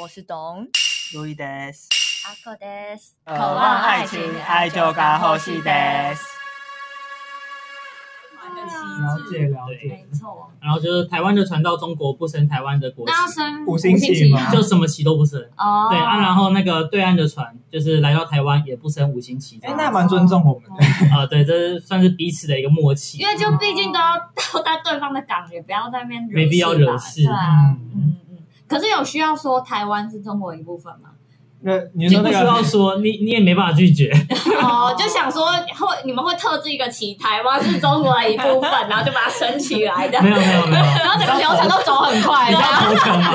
我是董路易德斯，阿克德斯，渴望呃爱情，爱就该呼吸德。了解了解没，错。然后就是台湾的传到中国不升台湾的国旗那要，升五星旗吗就什么旗都不升。哦，对啊，然后那个对岸的船就是来到台湾也不升五星旗这哎、样，那还蛮尊重我们的。啊、对，这是算是彼此的一个默契因。为就毕竟都要到达对方的港，也不要在那边惹没必要吧惹事对啊，嗯嗯嗯。可是有需要说台湾是中国一部分 吗？那你你说不那需要个，说，你你也没办法拒 绝。哦，就想说会你们会特制一个旗，台湾是中国的一部分，然后就把它升起来 的，没有没有没有，然后整个流程都走很快你的知。道头疼吗？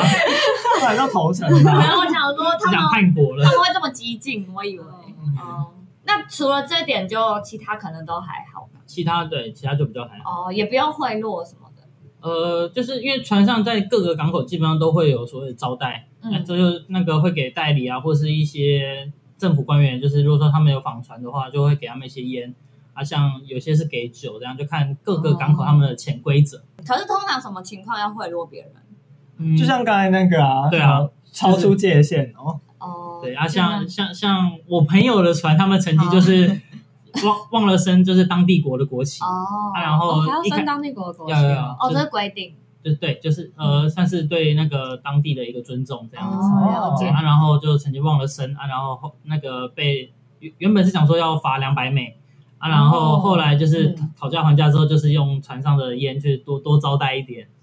不然要投诚吧？然后我想说他想们叛国了 他。们会这么激进，我以为嗯哦。那除了这点，就其他可能都还好吧其他对，其他就比较还好。哦，也不用贿赂什么的。呃，就是因为船上在各个港口基本上都会有所谓的招待，嗯那、就是那个会给代理啊，或是一些政府官员，就是如果说他们有访船的话，就会给他们一些烟啊，像有些是给酒，这样就看各个哦港口他们的潜规则。可是通常什么情况要贿赂别人？嗯，就像刚才那个啊，对啊，超出界限哦，哦，对啊，真像的像像我朋友的船，他们曾经就是、 忘忘了升，就是当地国的国旗，哦，啊然后哦还要一开升当地国的国旗要要啊要哦，哦是这是规定就对，就是呃，算是对那个当地的一个尊重这样子。哦，了解对啊，然后就曾经忘了升啊，然后后那个被原原本是想说要罚两百美啊，然后哦后来就是嗯讨价还价之后，就是用船上的烟去多多招待 一点。哦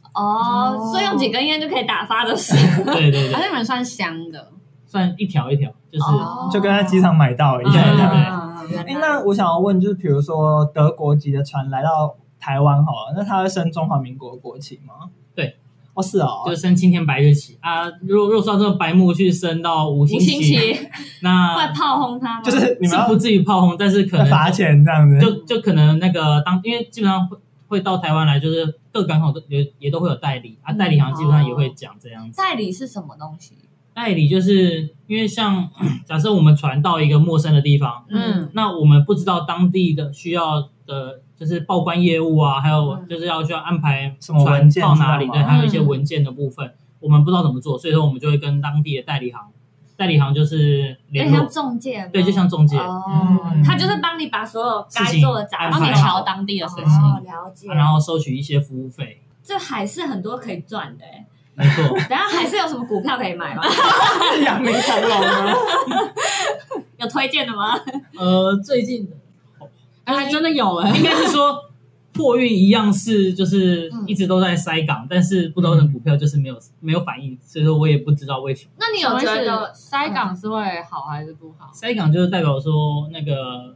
哦，所以用几根烟就可以打发的事，对对好像对，你们算香的，算一条一条，就是、哦就跟在机场买到一对对样。对嗯原哎、来那我想要问，就是比如说德国籍的船来到台湾好了，那它会升中华民国的国旗吗？对，哦是哦，就是升青天白日旗啊。如果如果说这个白幕去升到五星五星旗，旗会 那炮轰他吗？就是你们啊是要不至于炮轰，但是可能罚钱这样子，就就可能那个当，因为基本上会会到台湾来，就是各港口都也也都会有代理啊，代理好像基本上也会讲这样子。代理是什么东西？代理就是因为像 假设我们船到一个陌生的地方，嗯，那我们不知道当地的需要的，就是报关业务啊，还有嗯就是要需要安排什么船文件到哪里，知道对，吗还有一些文件的部分，我们不知道怎么做，所以说我们就会跟当地的代理行，代理行就是有联点像络，中介吗，对，就像中介，哦嗯，他就是帮你把所有该事情做的杂安事帮排你好调当地的事哦情。，了解。啊然后收取一些服务费，这还是很多可以赚的欸，没错。 等下还是有什么股票可以买吗？ 扬名长龙啊。有推荐的吗？呃，最近哎，还真的有哎，应该是说货运一样是就是一直都在塞港，但是不知道为什么股票就是没有没有反应，所以说我也不知道为什么那你你有觉得塞港是会好还是不好？塞港就是代表说那个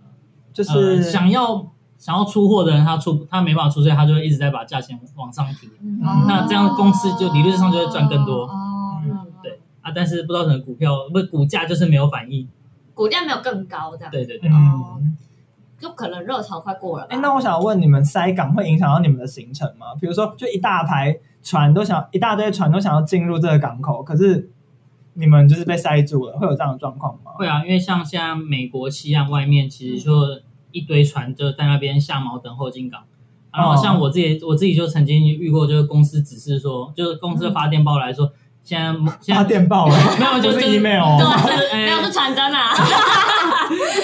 就呃、是想要想要出货的人他出他没办法出，所以他就一直在把价钱往上提，嗯哦那这样公司就理论上就会赚更多哦，嗯对啊，但是不知道为什么股票不是股价就是没有反应，股价没有更高这样，对对对，嗯，就可能热潮快过了吧。哎、那我想问你们塞港会影响到你们的行程吗？比如说，就一大排船都想一大堆船都想要进入这个港口，可是你们就是被塞住了，会有这样的状况吗？会啊，因为像现在美国西岸外面，其实就一堆船就在那边下锚等候进港。然哦后像我自己，我自己就曾经遇过，就是公司只是说，就是公司的发电报来说，现在现发在电报了，没有，就不是是 email 哦就是没有 哎是传真啊，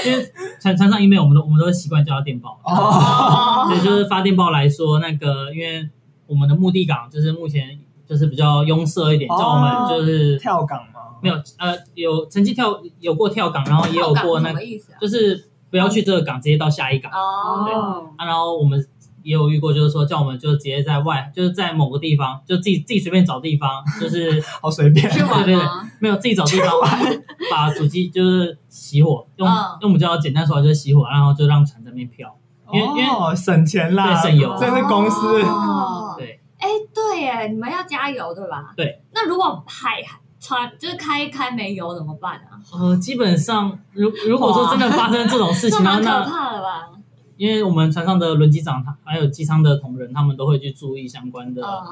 因为船船上 email 我们都我们都习惯叫它电报，哦所以就是发电报来说，那个因为我们的目的港就是目前就是比较拥塞一点，哦叫我们就是跳港吗？没有呃有曾经跳有过跳港，然 后也有过那什个么意思啊？就是不要去这个港，直接到下一港。哦，啊，然后我们也有遇过，就是说叫我们就直接在外，就是在某个地方，就自己自己随便找地方，就是 好随便，去玩对对吗？没有自己找地方，把主机就是熄火，用、嗯用比较简单说法就是熄火，然后就让船在那边飘。因为因为哦省钱啦，对省油这是公司。哦对，哎，对耶，你们要加油对吧？对。那如果海船就是开开没油怎么办啊？呃，基本上如如果说真的发生这种事这情，然后蛮可那怕的吧？因为我们船上的轮机长他还有机舱的同仁，他们都会去注意相关的哦，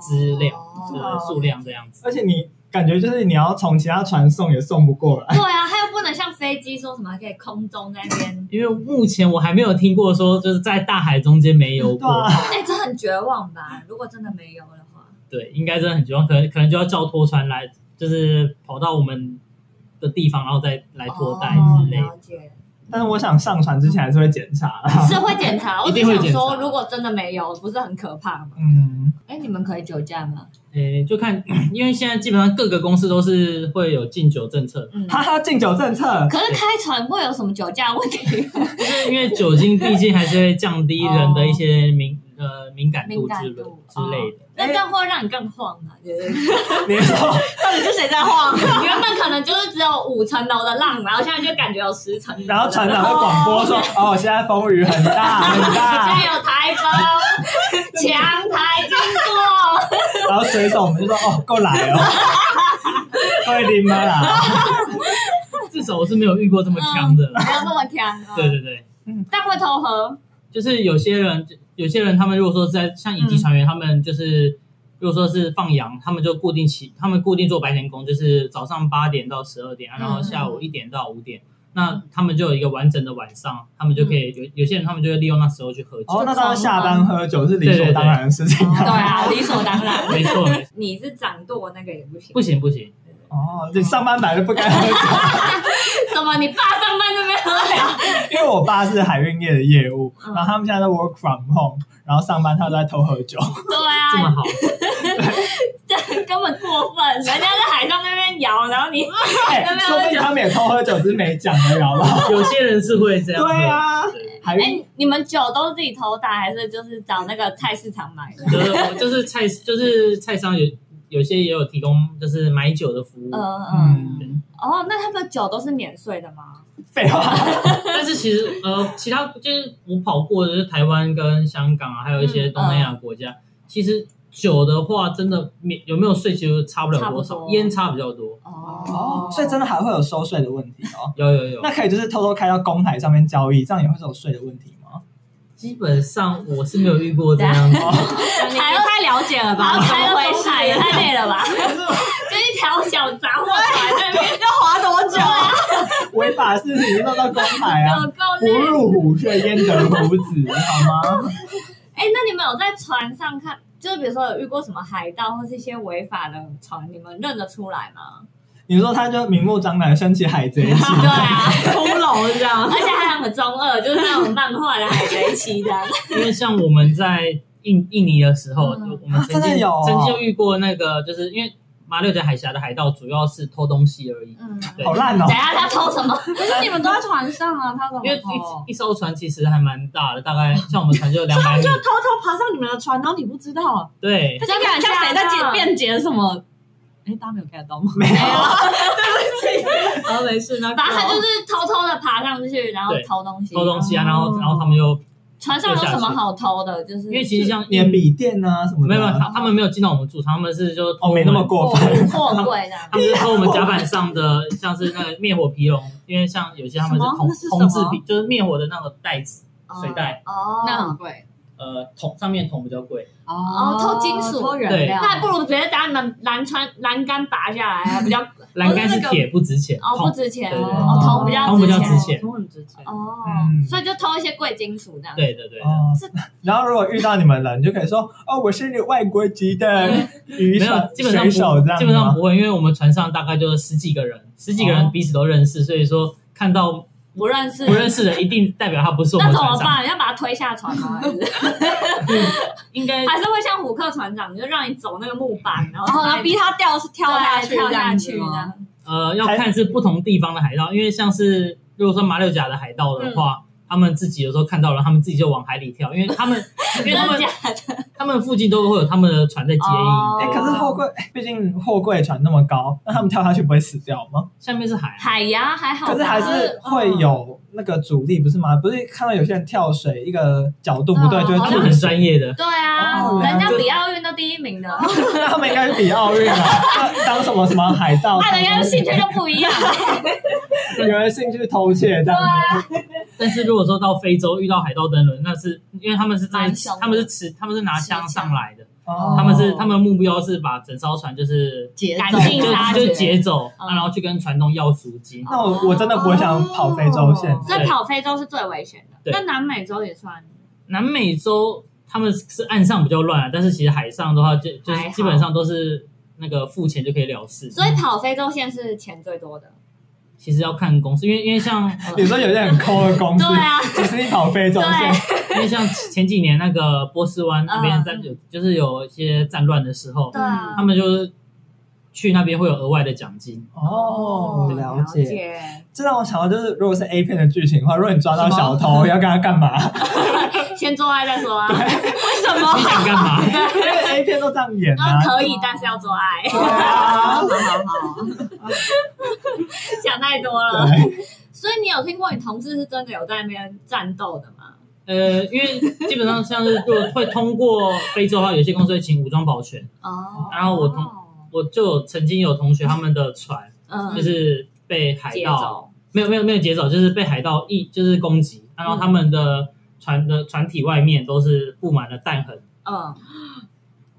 资料、哦呃数量这样子。而且你感觉就是你要从其他船送也送不过来，对啊，它又不能像飞机说什么还可以空中在 那边，因为目前我还没有听过说就是在大海中间没游对过，啊，哎，这很绝望吧？如果真的没油的话，对，应该真的很绝望，可能可能就要叫拖船来，就是跑到我们的地方，然后再来拖带哦之类的。了解，但是我想上船之前还是会检查啦。是会检查。我 一只定会想检说，查如果真的没有，不是很可怕吗？嗯，哎，你们可以酒驾吗？诶，就看， 因为现在基本上各个公司都是会有禁酒政策，嗯，哈哈，禁酒政策可是开船会有什么酒驾问 题？就是因为酒精毕竟还是会降低人的一些敏、呃敏感度敏之感类度哦之类的。那这样会让你更晃啊！就是 你说到底是谁在晃？原本可能就是只有五层楼的浪，然后现在就感觉有十层楼的然浪，后船长会广播说：“哦，现在风雨很大很 大。现在有台风，强台经过，” 然后水手们就说：“哦，够来哦，会淋吗 啦至少我是没有遇过这么强的啦。不要那么强哦。对对对，但会投河，就是有些人，有些人他们如果说是在像乙级船员，他们就是如果说是放羊，他们就固定起，他们固定做白天工，就是早上八点到十二嗯点，啊然后下午一点到五点。那他们就有一个完整的晚上，他们就可以有有些人他们就会利用那时候去喝？”酒哦，。那当然下班喝酒是理所当然的事情对啊。啊，理所当然。没错，没错 你是掌舵那个也不行不，行不行，哦，你上班本来就不该喝酒，怎么你爸上班都没喝了？因为我爸是海运业的业务，然后他们现在在 work from home，然后上班他都在偷 喝酒。对这啊，么好。这根本过分，人家在海上那边摇，然后你哎，说不定他们也偷喝酒，只是没讲而已，好不好？有些人是会这样，哎对，啊，海哎、运你们酒都是自己偷打，还是就是找那个菜市场买嗯的？就是我就是菜就是菜商有有些也有提供就是买酒的服务，嗯嗯。嗯，哦，那他们酒都是免税的吗？废话，但是其实呃，其他就是我跑过的就是台湾跟香港啊，还有一些东南亚国家，其实酒的话真的免有没有税其实差不了多差不少，多烟差比较多，哦，所以真的还会有收税的问题哦。有有有那。可以就是偷偷开到公海上面交易，这样也会是有税的问题吗？基本上我是没有遇过这样子，还要太了解了然后怎开么到回东 海也事？太累了吧？就一条小杂货船在那边要划多久啊？违法的事情弄到公海啊 有，够不累。入虎穴焉得虎子，好吗？ 哎、那你们有在船上看，就是比如说有遇过什么海盗或是一些违法的船，你们认得出来 吗？你说他就明目张胆地升起海贼旗，对啊，空楼这样而且还很中二，就是那种漫画的海贼 旗的。因为像我们在印印尼的时候，就我们啊曾真的经有哦曾经遇过那个，就是因为马六甲海峡的海盗主要是偷东西而已，嗯，对好烂哦等一！下他偷什么？可是你们都在船上啊，他怎么 因为偷一一艘船其实还蛮大的，大概像我们船就两百 米就，偷偷爬上你们的船，然后你不知道，啊对，他就看像谁在解辩解什么？哎，大家没有 get 到吗？没有，然后没事，那反正他就是偷偷的爬上去，然后偷东西。偷东西啊，哦然后然后他们又船上有什么好偷的？嗯就是因为其实像连笔电啊什么没的，有没有他他们没有进到我们驻场，他们是就偷哦，没那么过，过货分。货柜这 样。他们是偷我们甲板上的像是那个灭火皮笼，因为像有些他们是什么铜那是什么铜制皮，就是灭火的那个袋子，水袋哦，那很贵呃铜上面铜比较贵，哦偷金属偷原料，那还不如直接把你们栏船栏杆拔下来啊，比较哦栏杆是铁不值钱， 不铜值钱对对对哦，铜比较铜比较值钱钱偷很值钱。哦嗯，所以就偷一些贵金属这样。对对对，哦，然后如果遇到你们了，你就可以说哦，我是外国籍 的渔没手有，基本上水手这样吗不，基本上不会，因为我们船上大概就十几个人，十几个哦人彼此都认识，所以说看到不认识，不认识的，一定代表他不是我啊那们怎船么上，办？要把他推下船吗？还是应该还是会像虎克船长，就让你走那个木板，然后然后 呢，逼他掉是跳跳下下去，跳下去这样子吗的。呃，要看是不同地方的海盗，因为像是如果说马六甲的海盗的嗯话，他们自己有时候看到了，他们自己就往海里跳，因为 他们，因为真他的们假他们附近都会有他们的船在接哦哎，应，对可是货柜，哎毕竟货柜船那么高，那他们跳下去不会死掉吗？下面是海，啊海牙还好吧，可是还是会有那个阻力，不是吗？不是看到有些人跳水，一个角度不对嗯就会好他像们吐很水，专业的，对啊哦，人家就比奥运都第一名的，那 他们应该是比奥运啊， 那当什么什么海 盗？那人家兴趣就不一样。 有人兴趣偷窃这样啊子，但是如果说到非洲遇到海盗登轮，那是因为他们是在蛮凶的他们是持他们是拿枪上来的，哦他们是他们目标是把整艘船就是节感奏性就杀就绝劫走，嗯哦啊然后去跟船东要赎金，那我我真的不会想跑非洲线哦 所以跑非洲是最危险的，对那南美洲也算南美洲他们是岸上比较乱啊，但是其实海上的话就就是还好基本上都是那个付钱就可以了事。所以跑非洲线是钱最多的。其实要看公司，因为因为像呃比如说有些很抠的公司对，啊，其实你跑非洲线，因为像前几年那个波斯 湾那边战嗯有就是有一些战乱的时候，对啊，他们就是去那边会有额外的奖金。哦，了了解。这让我想到，就是如果是 A 片的剧情的话，如果你抓到什么小偷，要跟他干嘛？ 先做爱再说啊。为什你么？想 干嘛？因为 A 片都这样演啊啊，。可以，但是要做爱。对啊，想太多了。 对，所以你有听过你同事是真的有在那边战斗的吗？呃，因为基本上像是就会通过非洲的话，有些公司会请武装保全，哦然后我同我就有曾经有同学他们的船嗯就是被海接盗走，没有没有没有劫走，就是被海盗一就是攻击，然后他们的船的船体外面都是布满了弹痕。嗯，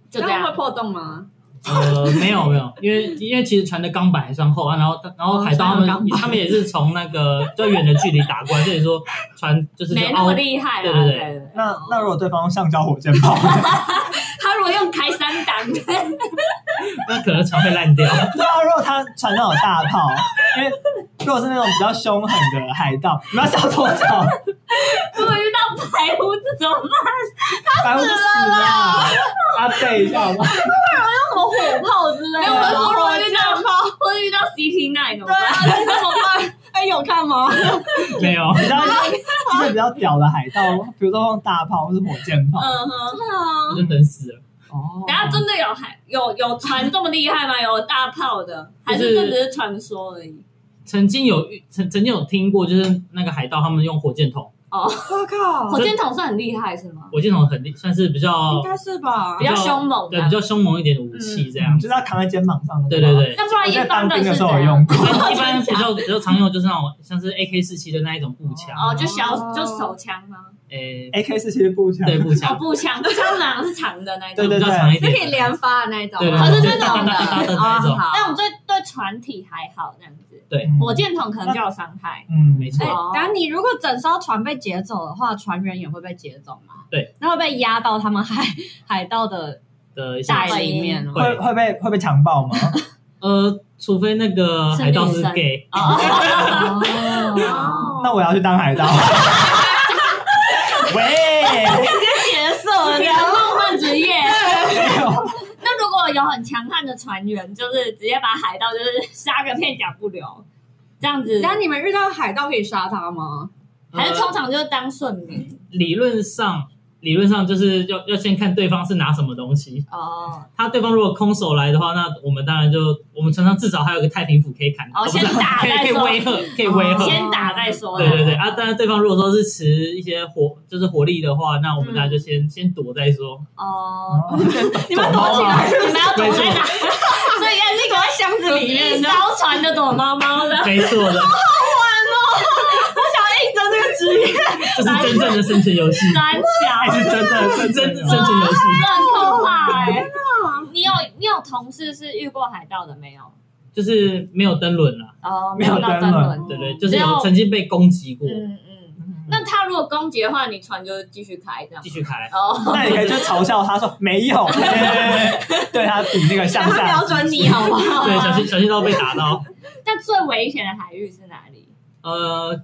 就这这样会样。破洞吗？呃，没有没有，因为因为其实船的钢板还算厚啊，然后然后海盗他船有钢们板他们也是从那个较远的距离打过来，所以说船就是没就那么凹，厉害啦，对对对对。那那如果对方用橡胶火箭炮， 他如果用开三 档，那可能船会烂掉。对啊，如果他船上有大炮，因为如果是那种比较凶狠的海盗，你们要想多少？如果遇到白胡子怎么办？白不死啦！他背一下好不好？什么火炮之没类有， 我是说的？如果遇到或者遇到 CP 9怎么办？这怎么办？哎，有看吗？没有，你知道一些比较屌的海盗，比如说用大炮或是火箭炮， 嗯哼，我就等死了。哦，然后真的有还有有船这么厉害吗？有大炮的，还是这只是传说而已？曾经有遇曾曾经有听过，就是那个海盗他们用火箭筒，哦，我靠火箭筒算很厉害是吗？火箭筒很厉算是比较应该是吧比。较凶猛的对比较凶猛一点的武器这样就。是要扛在肩膀上的。对对，对，那不然我一在般当兵是的时怎候有样用？过。一般比较 比较常用的就是那种像是 AK 四七的那一种步枪，哦，就小哦就手枪吗？诶， AK 四七步枪，对步哦，枪，步枪，步枪好像是长的那一种，对对比较长一是点，可以连发的那一种对对对吗，可是这那种的哒哒哒哒那啊种好那种对对船体还好这样子，嗯火，箭筒可能就有伤害。嗯，没错哎对哦，但你如果整艘船被劫走的话，船员也会被劫走嘛？对，那会被压到他们海海盗的的一些袋大里面吗？会会会被会被强暴吗？ 呃，除非那个海盗是是女生 gay， 哦，哦，哦那我要去当海盗。 喂， 劫色你的的，梦幻职业。 那如果有很强悍的船员，就是直接把海盗就是杀个片甲不留，这样子，但你们遇到海盗可以杀他吗？还是呃通常就是当顺民理论上。理论上就是要要先看对方是拿什么东西，哦他对方如果空手来的话，那我们当然就我们船上至少还有个太平斧可以砍，哦 不是先打可以再可以说威吓，可以威吓，哦先哦打再说啦。对对对啊！当然，对方如果说是持一些火，就是火力的话，那我们大家就先、先躲再说。哦，你们躲起来你们要躲在没哪？所以还是躲在箱子里面，躲艘船的躲猫猫的。 没错的，哦应征这个职业，这是真正的生存游戏，三还小，是真的是是真真的的生存游戏。这很可怕哎、你有你有同事是遇过海盗的没有？就是没有登轮了，哦，没有到登登轮轮。对不对？嗯就是只有有曾经被攻击过，嗯嗯。那他如果攻击的话，你船就继续开这样继。续开。哦，那你可以就嘲笑他说没 有，对他比那个向然后下瞄。准你哦好不好？对，小心小心到被打到。 那最危险的海域是哪里？呃，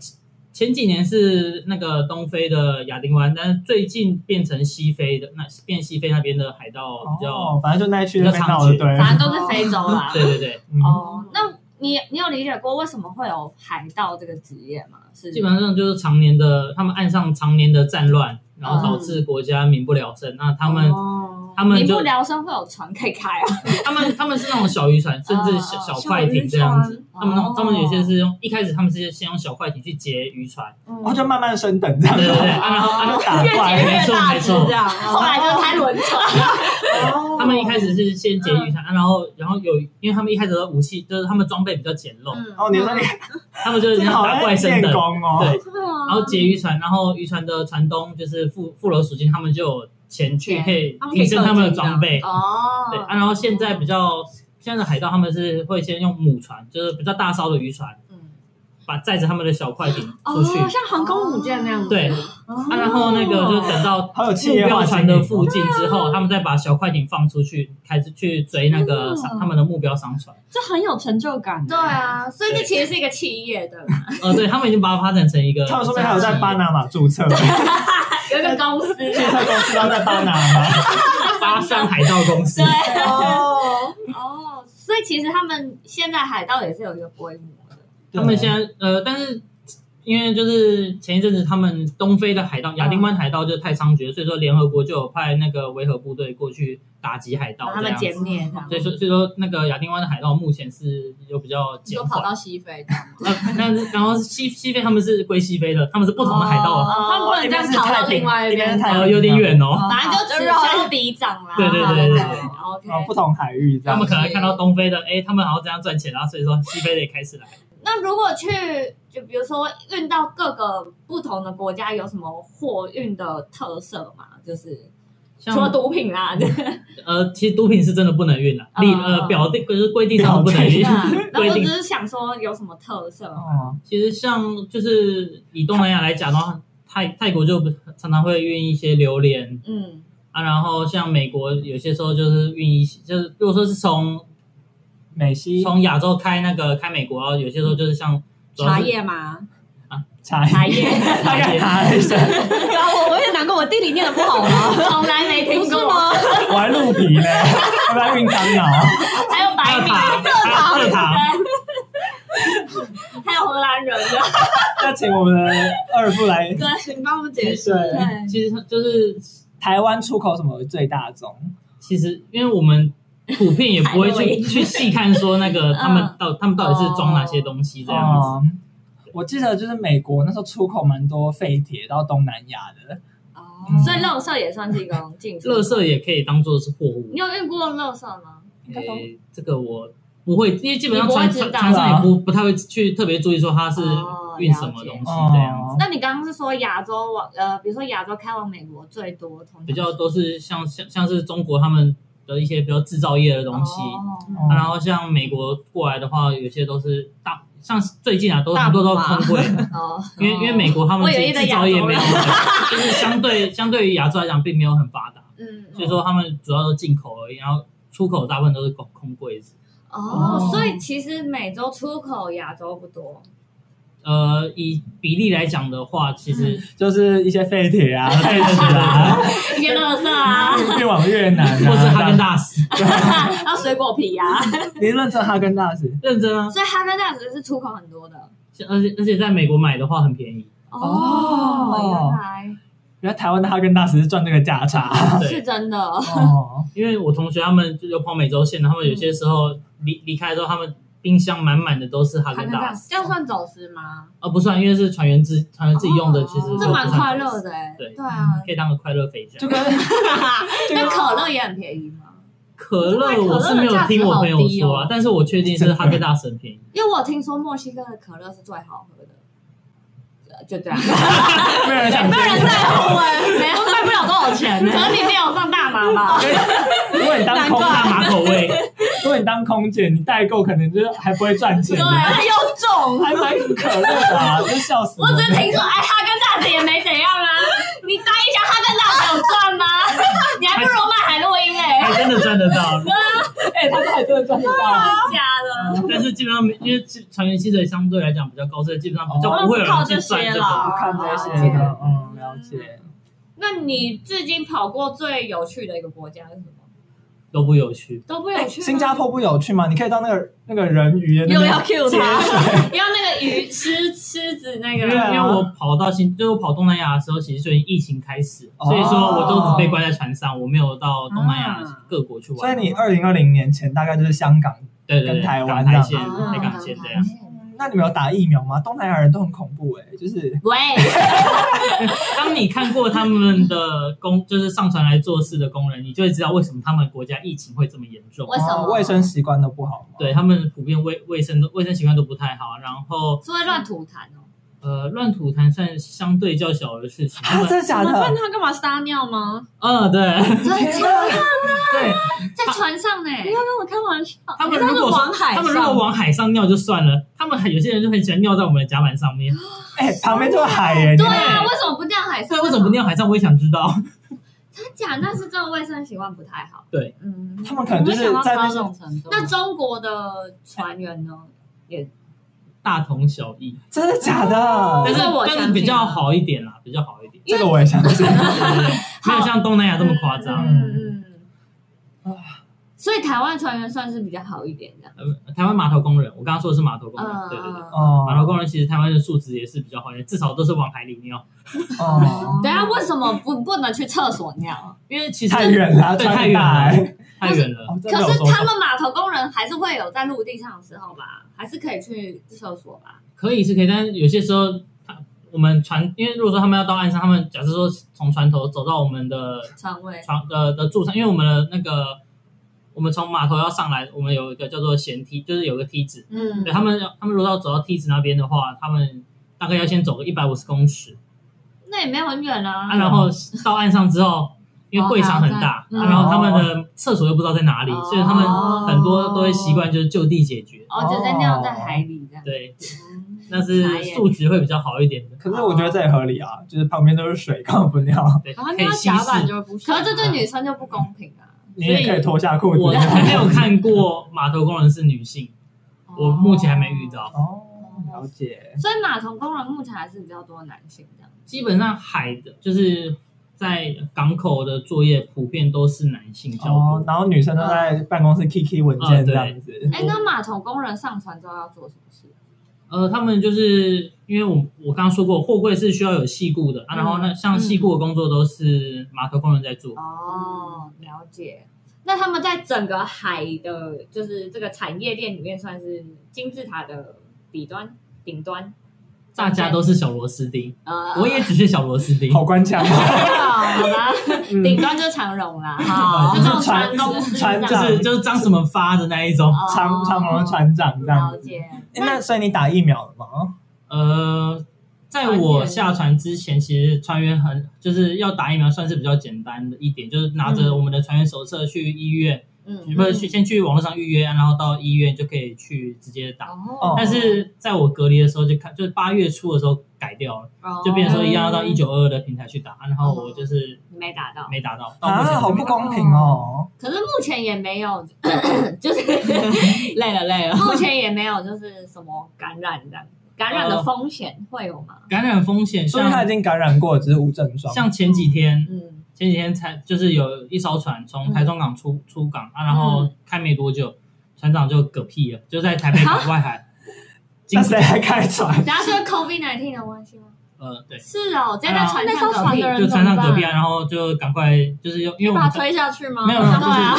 前几年是那个东非的亚丁湾，但是最近变成西非的那变西非那边的海盗比较，哦，反正就那一区那边闹的，对。反正都是非洲啦。对对对，嗯哦，那你你有理解过为什么会有海盗这个职业吗？是基本上就是常年的他们岸上常年的战乱，然后导致国家民不聊生。那他们嗯哦他们民就不聊生会有船可以开啊。他们他们是那种小渔船，甚至小哦小快艇这样子。小渔船他们哦他们有些是用一开始他们是先用小快艇去劫渔船，然后就慢慢升等这样，对对对，啊然后啊就 打越怪劫越大没只错这样，后来就是开轮 船，哦他们一开始是先劫渔船，啊然后然后有因为他们一开始的武器就是他们装备比较简陋，嗯，哦，你说你他们就是真的像好打像怪升练等，功哦，对，对啊然后劫渔船，然后渔船的船东就是付付了赎金，他们就有钱去钱可以他们可以提升他们的氪金装备，哦，对啊，然后现在比较现在的海盗他们是会先用母船，就是比较大艘的渔船，嗯把载着他们的小快艇出哦去，，像航空母舰那样子。对哦啊，然后那个就等 到好有企目业化标船经的营附哦。近之后，他们再把小快艇放出去，开始去追那个天哪他们的目标商 船。这很有成就感。对，啊，所以这其实是一个企业的嘛，呃，对他们已经把它发展成一个，他们说不定还有在巴拿马 注册，有一个公司。注册公司都在巴拿马。巴山 海盗公司对， 哦，哦，所以其实他们现在海盗也是有一个规模的。他们现在呃，但是因为就是前一阵子他们东非的海盗亚丁湾海盗就是太猖獗，所以说联合国就有派那个维和部队过去打击海盗把他哦这们样子。歼灭这样所以说，所以说那个亚丁湾的海盗目前是有比较你减说跑 缓。到西非这样吗，那那是然后西西非他们是归西非的，他们是不同的海盗啊，哦他们不能这样逃到另外一一边边是。太呃，有点远哦。哦反正就此消彼长啦。对对对对对 OK，哦，不同海域这他样们。可能看到东非的，哎，他们好像这样赚钱啊，所以说西非的也开始来。那如果去，就比如说运到各个不同的国家，有什么货运的特色吗？就是像除了毒品啦，呃，其实毒品是真的不能运的，哦例呃表定就是规定上不能运表然，后规我只定是想说有什么特色吗？哦，其实像就是以东南亚来讲的话，泰泰国就常常会运一些榴莲嗯，啊，然后像美国有些时候就是运一些，就是如果说是从美西从亚洲开那个开美国，然后有些时候就是像主要茶是叶吗？ 茶茶叶，叶，大概茶叶，对啊，我我也难过，我地理念的不好吗？从来没不听是过。 吗？我还鹿皮呢， 要不要运樟脑？还有还白有米，糖，还有蔗糖，对 还有荷兰人的，那请我们的二副来。对，你帮我们解释。对，对，其实就是台湾出口什么最大宗？其实因为我们普遍 也不会海去味去细看说 那个他们嗯到他们到哦底是装哪些东西这样子。哦，我记得就是美国那时候出口蛮多废铁到东南亚的，哦嗯所以乐色也算是一种进出。垃圾也可以当做是货物你。有遇过乐色吗？该都诶这个我不会，因为基本上船你不会知船道船上也不不太会去特别注意说它是哦运什么东西嗯这样子。哦那你刚刚是说亚洲往呃，比如说亚洲开往美国最多，通常比较都是像像像是中国他们的一些比较制造业的东西，哦啊然后像美国过来的话，有些都是大像最近啊，都大很多都麻空柜， 哦，因为因为美国他我们以其为实在制亚造业没有 洲很，就是相对相对于亚洲来讲，并没有很发达，嗯，所以说他们主要都进口而已，然后出口大部分都是空空柜子。哦哦，所以其实美洲出口亚洲不多，呃，以比例来讲的话，其实就是一些废铁 啊、废纸啊，一些乐色啊，运往越南、啊，嗯或是哈根达斯， 然后水果皮啊，斯，你认真哈根达斯认真啊，所以哈根达斯是出口很多的。而且而且在美国买的话很便宜，哦原来原来台湾的哈根达斯是赚这个价差。是对，真的。哦，因为我同学他们就跑美洲线，他们有些时候离离开之后，他们冰箱满满的都是哈哈根根达达斯，斯这样算走私吗？啊不算，因为是船员自船员自己用的，其实哦都这蛮不算快乐的哎。对对啊，可以当个快乐肥宅就。跟那可乐也很便宜吗？可乐我是没有听我朋友说哦啊，但是我确定是哈根达斯很 便宜。因为我有听说墨西哥的可乐是最好喝的，呃就这样，没有人想没有人在乎哎，欸没有卖不了多少钱呢可。能里面有放大麻吧？ 如果你当空，大麻口味，如果你当空姐，你代购可能就是还不会赚钱对，，而且又重。还买可乐的啊，真笑死我我只是听说，哎，哈根达斯也没怎样啊。你答一下哈根达斯有赚 吗？你还不如卖海洛因哎、还真的赚得 到。哎，他们还真的赚得到。假的。但是基本上没，因为船员薪水相对来讲比较高，所以基本上比哦较不会有人去赚这个。我看这些的，嗯，了解。那你至今跑过最有趣的一个国家是什么？都不有趣。都不有趣、哎新 加，坡不有趣吗？你可以到那个那个人鱼的那又要边， Q 他，要那个鱼狮狮子那因个为对啊因为我跑到新，就是我跑东南亚的时候，其实就已经疫情开始，哦所以说我都只被关在船上，我没有到东南亚各国去啊所以玩。你二零二零年前大概就是香港。对对对，跟台湾啊港台这线、样台港线这样。那你们有打疫苗吗？东南亚人都很恐怖哎，就是喂，当你看过他们的工， 就是上船来做事的工人，你就会知道为什么他们国家疫情会这么严重。为什么哦卫生习惯都不好吗？对他们普遍卫卫生都卫生习惯都不太好，然后 是会乱吐痰哦。呃，乱吐痰算相对较小的事情。他啊，们真的假我问的？他干嘛撒尿吗？呃，对 天哪对，在船上呢、不要跟我开玩笑，他们如果说他们如果往海上尿就算了，他们还有些人就很喜欢尿在我们的甲板上面。哎，旁边就是海耶！对你们啊，为什么不尿海上？对，为什么不？尿海上？我也想知道。真假？那是真的卫生习惯不太好。嗯，他们可能就是在那那种，种程啊度，那中国的船员呢？大同小异，真的假的但？哦这是个我但相信是比较啊好一点啦，比较好 一点，这个我也相信。没有像东南亚这么夸张。嗯嗯嗯。所以台湾船员算是比较好一点的。呃台湾码头工人，我刚刚说的是码头工人，嗯对对对，嗯。哦码头工人其实台湾的素质也是比较好一点，至少都是往海里尿，哦，等一下为什么不不能去厕所尿？因为其实太远了，对，穿啊很太远大了哎。，太远了。哦真的可有是多他少们码头工人还是会有在陆地上的时候吧，还是可以去厕所吧？可以是可以，但是有些时候，他我们船，因为如果说他们要到岸上，他们假设说从船头走到我们的船位船呃的住上，因为我们的那个我们从码头要上来，我们有一个叫做舷梯，就是有个梯子。嗯对他们，他们如果要走到梯子那边的话，他们大概要先走个一百五十公尺那也没有很远啊啊，。然后到岸上之后，因为会场很大，哦还要哦再啊然后他们的厕所又不知道在哪里，所以他们很多都会习惯就是就地解决。哦，直接尿在海里这样。对，嗯那是素质会比较好一点的。可是我觉得这也合理啊，就是旁边都是水，干嘛不尿？ 对，哦然后可以尿稀甲板释。就不行，可是这对女生就不公平啊。你也可以脱下裤子我尿。还 没有看过码头工人是女哦性，我目前还没遇到。哦，了解。所以码头工人目前还是比较多男性这样。基本上海的，就是在港口的作业普遍都是男性较哦多，。然后女生都在办公室 kiki 文件这样子。哎、那码头工人上船之后要做什么事？呃，他们就是因为我我刚刚说过，货柜是需要有细固嗯的啊，然后那像细固的工作都是码头工人在做。哦，了解。那他们在整个海的，就是这个产业链里面，算是金字塔的底端、顶端。大家都是小螺丝钉，呃，我也只是小螺丝钉。哦好官腔啊！好啦，顶端就是长荣啦，哈，就是这 种船公司船这就样是就是张什么发的那一种，哦长长龙船长这样了子。解。哎，那所以你打疫苗了吗？呃，在我下船之前，其实船员很就是要打疫苗，算是比较简单的一点，就是拿着我们的船员手册去医院，嗯，你不是去先去网络上预约，然后到医院就可以去直接打。哦但是在我隔离的时候就看，就是八月初的时候改掉了，哦哦就变成说一样要到一九二二的平台去打，然后我就是你没打到，没打到，到目前啊，好还没不打公平哦！可是目前也没 有，就是 累了累了，目前也没有就是什么感染的，感染的风险会有吗？感染风险说明他已像经感染过，只是无症状。像前几天嗯，前几天才就是有一艘船从台中港出、出港啊，然后开没多久，船长就嗝屁了，就在台北港外海。经那谁还开 船？然后是 COVID 1 9的关系吗？呃对，是哦，直接在船那艘上隔船壁的，人就船上嗝屁怎么啊，然后就赶快就是用，因为你我把它们推下去吗？没有没有对啊，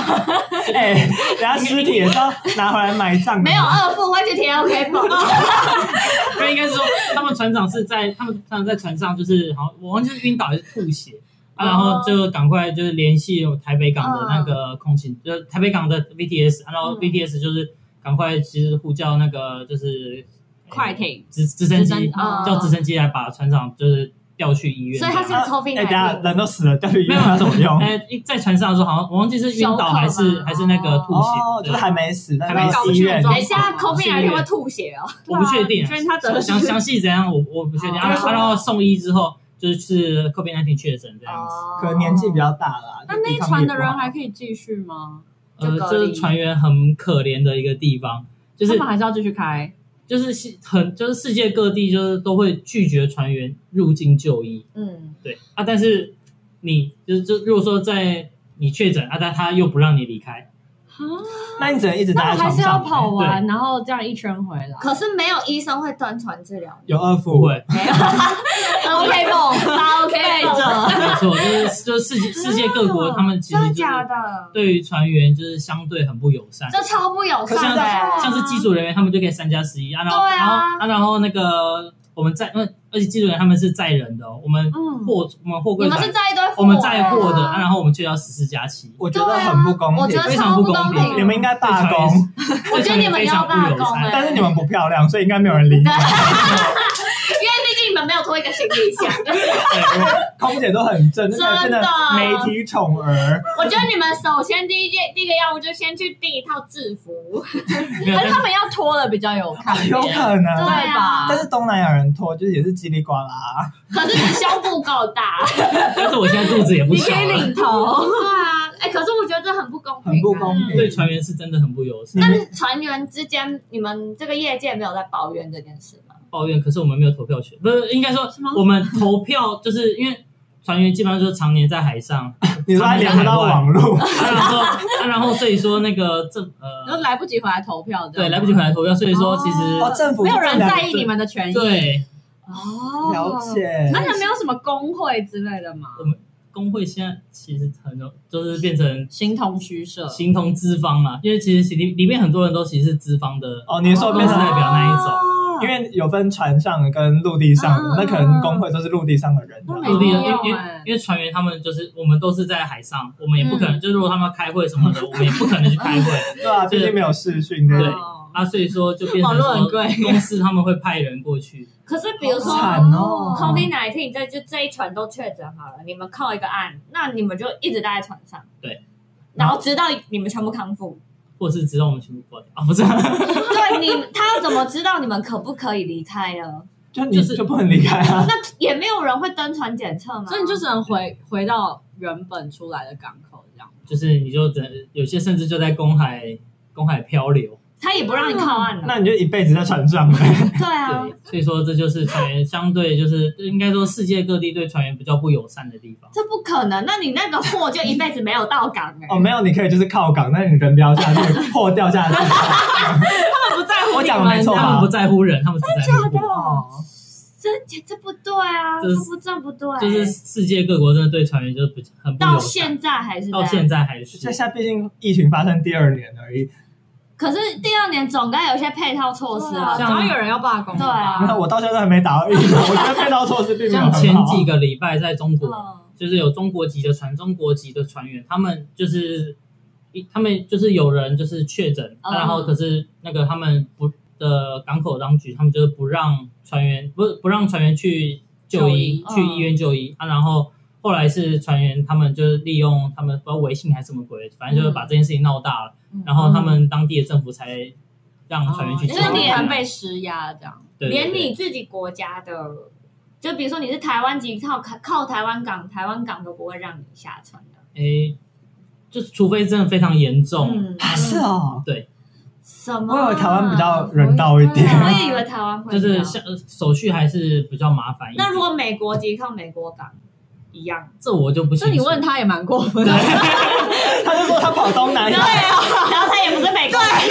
哎，人家尸体也是要拿回来埋葬的。没有二副会去贴 OK 绷，不是应该是说他们船长是在他们船长在船上就是好像我忘记是晕倒还是吐血。啊，然后就赶快就是联系台北港的那个空勤，就是台北港的 VTS，、啊、然后嗯 VTS 就是赶快其实呼叫那个就是呃快艇，直直嗯升直升嗯机，哦叫直升机来把船长就是调去医院。所以他是这样 COVID 哎，等下1 9人都死了，到底没有有什么用？呃一在船上的时候，好像我忘记是晕休克倒吗还是还是那个吐血哦，，就对啊是还没死，但还没是搞不医清院楚等一下，COVID 1 9是会吐血哦。我不确定啊所以他得了详 详细怎样我我不确定。哦啊然后然后送医之后就是 COVID 1 9确诊这样子。哦可能年纪比较大了。那就那抵一抗船力的不人好还可以继续吗？呃哦就，隔这离是船员很可怜的一个地方，就他是们还是要继续开，就是世很就是世界各地就是都会拒绝船员入境就医。嗯，对啊，但是你就就如果说在你确诊啊，但他又不让你离开。那你只能一直那待我在还床是要上。跑完，然后这样一圈回来。 可是没有医生会端传治疗有二副不会，没有啊 OK 绷，把 OK 绷，没错，就是就是世界世界各国他们其实哦真的就是假的？对于船员就是相对很不友善，这超不友善的欸，像是技术人员他们就可以三加十一啊，然后对啊然后啊然后那个我们在，嗯而且技术人员他们是载人的哦，我们嗯货我们货你柜们船是在一堆货我们载货的，啊啊然后我们却要十四加七，我觉对得啊很不公我平觉。得非超常不不公公平。平你们应该罢对工，我觉得你们要罢工非常不友善哎但是你们不漂亮，所以应该没有人理 你。对，因为毕竟们没有拖一个行李箱。 空姐都很正，那个真真的的媒体宠儿，我觉得你们首先第一件第一个要务就先去订一套制服，没有哎可是他们要脱了比较有看点，有可哎对啊能。吧？但是东南亚人脱就是也是叽里呱啦，可是你胸部够大，但是我现在肚子也不你小可以了，领头，对啊，哎，可是我觉得这很不公平，啊很不嗯公。平。对船员是真的很不友善，但是船员之间，你们这个业界没有在抱怨这件事吗？抱怨，可是我们没有投票权，不是应该说我们投票就是因为船员基本上就是常年在海 上，你说他连不到网络，啊、然后、啊、然后所以说那个这然呃后来不及回来投票，对来不及回来投票，所以说其实、哦，政府没有人这两在意你们的权益。对哦了解，那你们没有什么工会之类的吗？工会现在其实很多就是变成形同虚设。形同资方了，因为其实里里面很多人都其实是资方的哦，你说公变司成代表那一种。哦因为有分船上的跟陆地上的，嗯那可能工会都是陆地上的人啊。那陆地的，因没为有因为欸因为船员他们就是我们都是在海上，我们也不嗯可能，就如果他们要开会什么的，我们也不可能去开 会对啊，对毕竟没有视讯这嗯对种。哦啊，所以说就变成网络很说贵公司他们会派人过去，可是比如说好惨哦 COVID nineteen 这就这一船都确诊好了，你们靠一个岸，那你们就一直待在船上，对，然后直到你们全部康复。或是直到我们全部挂掉啊，不是， 对你，他要怎么知道你们可不可以离开呢？就你就是就不能离开啊！那也没有人会登船检测吗？所以你就只能回回到原本出来的港口这样。就是你就只能有些甚至就在公海公海漂流，他也不让你靠岸了。 那你就一辈子在船上呗。 对啊，对，所以说这就是船员相对就是应该说世界各地对船员比较不友善的地方。这不可能。那你那个货就一辈子没有到港哎、哦，没有，你可以就是靠港，但是你人不要下去， 货掉下去。他们不在乎我讲的没错他吧们不在乎人，他们只在乎货。哦，啊这这这不对啊，这这是不这不对、就是世界各国真的对船员就比很不友到善，现在还是这到样现在还是就现在毕竟疫情发生第二年而已。可是第二年总该有一些配套措啊施啊了。总要有人要罢工。对啊那我到现在都还没打到疫苗，我觉得配套措施并没有像很好。前几个礼拜在中国，嗯就是有中国籍的船、中国籍的船员，他们就是一，他们就是有人就是确诊，嗯然后可是那个他们不的港口当局，他们就是不让船员不不让船员去就医，就医去嗯医院就医啊，然后。后来是船员，他们就是利用他们不知道微信还是什么鬼，反嗯正就是把这件事情闹大了，嗯然后他们当地的政府才让船员去就就医。是哦你连被施压这样。对对连对你自己国家的，就比如说你是台湾籍，靠靠台湾港，台湾港都不会让你下船的。诶，就是除非真的非常严重，嗯，啊是哦，什么我啊？以为台湾比较人道一对点。啊，我也以为台湾会就这是样。像呃手续还是比较麻烦一点。那如果美国籍靠美国港一样，这我就不清所楚。以你问他也蛮过分 的，他就说他跑东南亚，然后他也不是美国籍，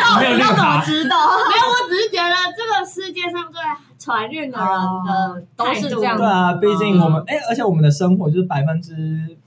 他没有绿卡，知道？没有，我只是觉得这个世界上对船运的人的都是哦态度这样对啊，毕竟我们哎，而且我们的生活就是百分之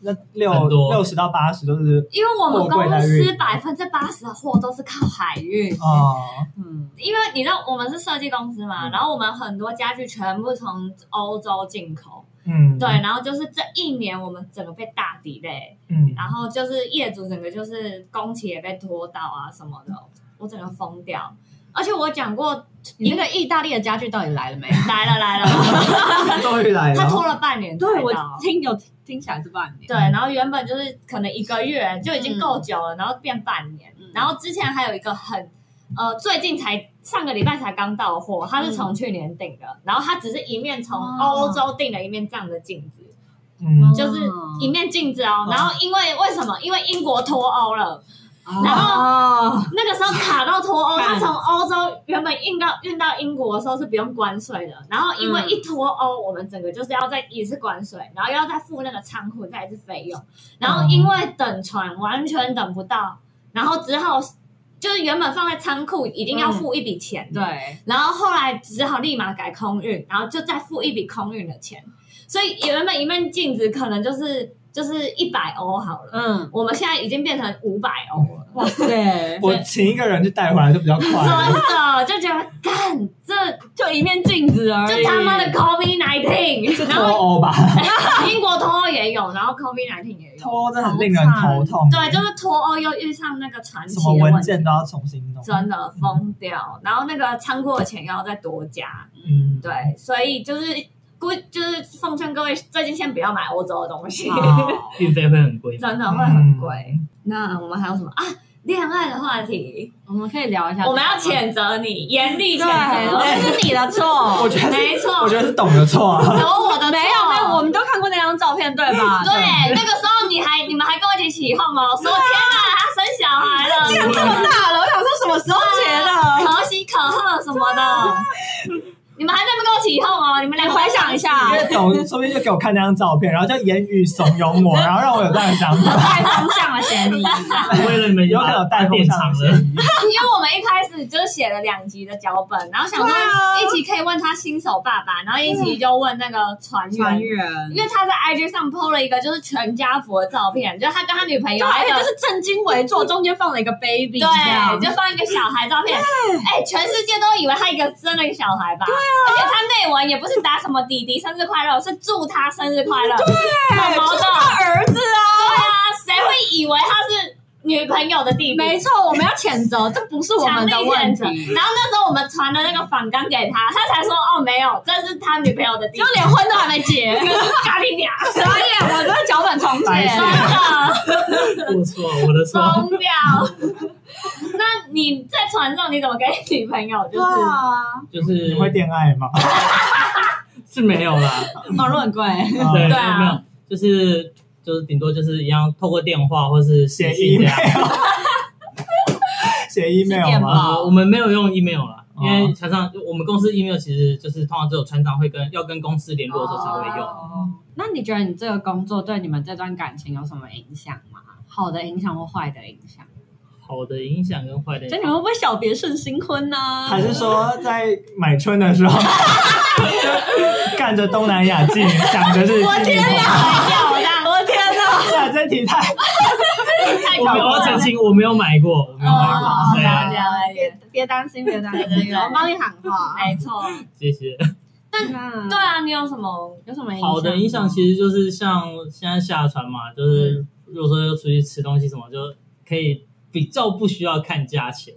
那六嗯很多六十到八十都是因为我们货柜公在司运百分之八十的货都是靠海运，哦，嗯，因为你知道我们是设计公司嘛，然后我们很多家具全部从欧洲进口，嗯，对，，然后就是这一年我们整个被大抵嘞，嗯，然后就是业主整个就是工期也被拖到啊什么的，我整个疯掉。而且我讲过，你那个意大利的家具到底来了没？来了来了，嗯终于来他拖了，了半年才对我到听有听听起来是半年，对，然后原本就是可能一个月就已经够久了，然后变半年，嗯然后之前还有一个很。呃，最近才上个礼拜才刚到货，他是嗯从去年订的，然后他只是一面从哦欧洲订了一面这样的镜子，嗯，就是一面镜子哦。嗯然后因为为什么？因为英国脱欧了，哦然后那个时候卡到脱欧，看他从欧洲原本运到运到英国的时候是不用关税的，然后因为一脱欧，我们整个就是要再也是关税，然后要再付那个仓库再一次费用，然后因为等船完全等不到，然后只好就是原本放在仓库一定要付一笔钱的，对，然后后来只好立马改空运，然后就再付一笔空运的钱，所以原本一面镜子可能就是就是一百欧好了，嗯，我们现在已经变成五百欧了。哇塞， 我请一个人去带回来就比较快真了，的就觉得干这就是就一面镜子而已。就他哎妈的 COVID 是 nineteen，然脱后欧吧？英国脱欧也有，然后 COVID nineteen 也有，脱欧真的很令人头痛。欸对，就是脱欧又遇上那个传奇什么的文问题，件都要重新弄。真的疯掉。然后那个仓库的钱要再多加，嗯，对，所以就是估就是奉劝各位，最近先不要买欧洲的东西，啊好运费会很贵吗。真的会很贵。嗯那我们还有什么啊？恋爱的话题，我们可以聊一下。我们要谴责你，严厉对，谴责，这是你的我 错。觉得是，没错，我觉得是懂的错啊。有我的没有没有，我们都看过那张照片啊对吧？对，那个时候你还你们还跟我一起起哄哦，说天哪，他生小孩了， 竟然 这么大了，我想说什么时候结的？可喜可贺什么的， 你们还在那边跟我起哄哦，你们你俩回想一，下因，为懂，说不定就给我看那张照片，然后就言语怂恿我，然后让我有这样的想法，太风向了，嫌疑。 为了你们有可能有带把风电向厂的 了嫌。疑。因为我们一开始就写了两集的脚本，然后想说对啊一集可以问他新手爸爸，然后一集就问那个船船员。员因为他在 IG 上 PO 了一个就是全家福的照片，就是他跟他女朋友对，还而有且哎就是正襟危坐，中间放了一个 baby，这样对，就放一个小孩照片，哎、全世界都以为他一个生了一个小孩吧？对啊，而且他内文也不是打什么弟弟生日快乐，是祝他生日快乐，对对，毛就的，是他儿子啊。对啊，谁会以为他是女朋友的弟弟？没错，我们要谴责，这不是我强们力的问谴责，题。然后那时候我们传的那个反纲给他，他才说哦没有，这是他女朋友的弟弟就，连婚都还没 结，咖喱鸟，所以我的脚本重白写痴。真的。我错，我的错。疯掉。那你在船上你怎么跟你女朋友就是？啊，就你是会恋爱吗？是没有 啦，网络很贵，哦对，对啊没有，就是就是顶多就是一样，透过电话或是写写信这样。 email，写 email 电吗？报啊，我们没有用 email 啦，哦因为船上我们公司 email 其实就是通常只有船长会跟要跟公司联络的时候才会用。哦。那你觉得你这个工作对你们这段感情有什么影响吗？好的影响或坏的影响？好的影响跟坏的影就响你们会不会小别胜新婚呢？还是说在买春的时候，干着东南亚 妓女，想着是妓女，坏掉的，我的天哪！哇这题太太我没有了要澄清，我没有买过，我没有买哦过，对啊，了解了解，别担心，别担对对心，我帮你喊话。没错。谢谢。那对啊，你有什么？有什么好的影响其实就是像现在下船嘛，就是如果说要出去吃东西什么，就可以比较不需要看价钱，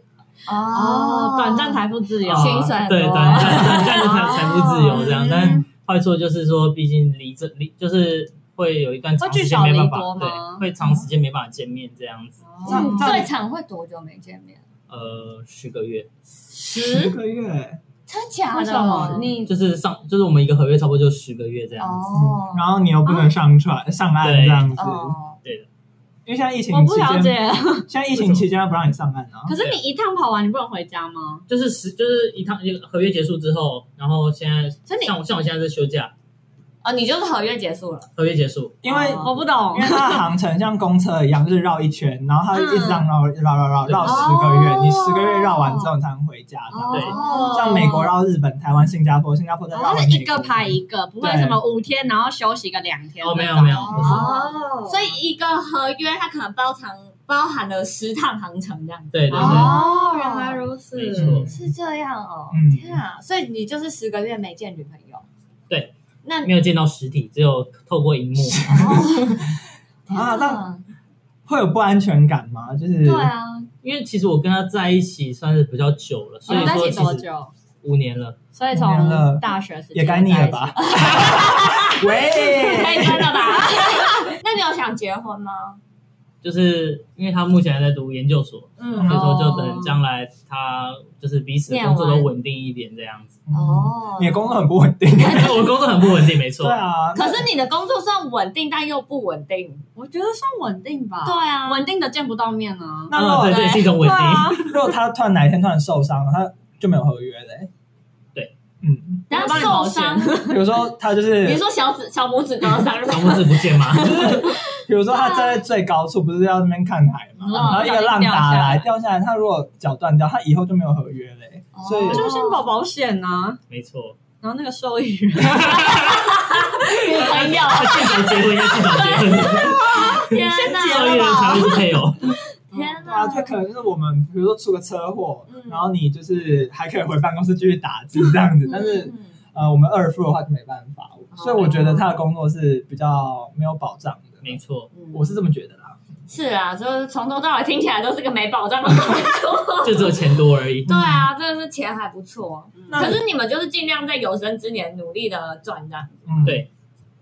哦，短暂财富自由，啊薪水很多对短暂短暂的财财富自由这样嗯，但坏处就是说，毕竟离这离就是会有一段长时间没办会聚少离多吗法，对，会长时间没办法见面这样子，嗯这样最长会多久没见面？呃，十个月，十个哦月，真假为什么啊你就是上就是我们一个合约差不多就十个月这样子，哦然后你又不能上船上岸这样子，哦，因为现在嗯疫情我不期了间，解。现在疫情期间不让你上岸啊。可是你一趟跑完，你不能回家吗？就是十就是一趟一个合约结束之后，然后现在所以你像我像我现在是休假，哦，你就是合约结束了，合约结束，因为哦我不懂因为。它的航程像公车一样，就是绕一圈，然后它一直嗯让绕绕绕绕绕十个哦月，你十个月绕完之后你才能回家这样。对哦像美国绕日本、台湾、新加坡，新加坡再然绕后回哦是美一国个排一个，不会对什么五天，然后休息个两天嗯哦那种。没有没有，不是，哦，所以一个合约它可能包含包含了十趟航程这样子。对对对，哦，原来如此。没错是这样哦，嗯天啊！所以你就是十个月没见女朋友，对，那没有见到实体，只有透过 荧幕。啊，天那会有不安全感吗？就是对啊，因为其实我跟他在一起算是比较久了，你所以们哦在一说起多其实久？五年了，所以五年从了大学时期也该腻了吧？可 喂，以分了吧？那你有想结婚吗？就是因为他目前还在读研究所，哦所以嗯，说就等将来他就是彼此工作都稳定一点这样子。嗯哦，你的工作很不稳 定。哦我工作很不稳定，没错。对啊，可是你的工作算稳定，但又不稳定。我觉得算稳定吧。对啊，稳定的见不到面啊。那如果嗯，对，这也是一种稳定。如果他突然哪一天突然受伤了，他就没有合约嘞、对，嗯，然后受伤，比如说他 就比如是，说小指 小拇指割伤，小拇指不见吗？ 比如说他站在最高处，不是要那边看海嘛，嗯然后一个浪打来掉下来，他如果脚断掉，他以后就没有合约嘞、哦所以就先保保险呐、没错。然后那个受益人，女朋友 他尽早结婚要尽早结婚。 天受益哪！人全部是配偶，天对啊，哪！这可能就是我们，比如说出个车祸，嗯然后你就是还可以回办公室继续打字这样子，但嗯是嗯呃，我们二副的话就没办法，哦所以我觉得他的工作是比较没有保障的，没错，我是这么觉得啦。是啊，就是从头到尾听起来都是个没保障的工 作。就只有钱多而 已。对啊，真的是钱还不错，那可是你们就是尽量在有生之年努力的赚这样子。嗯，对，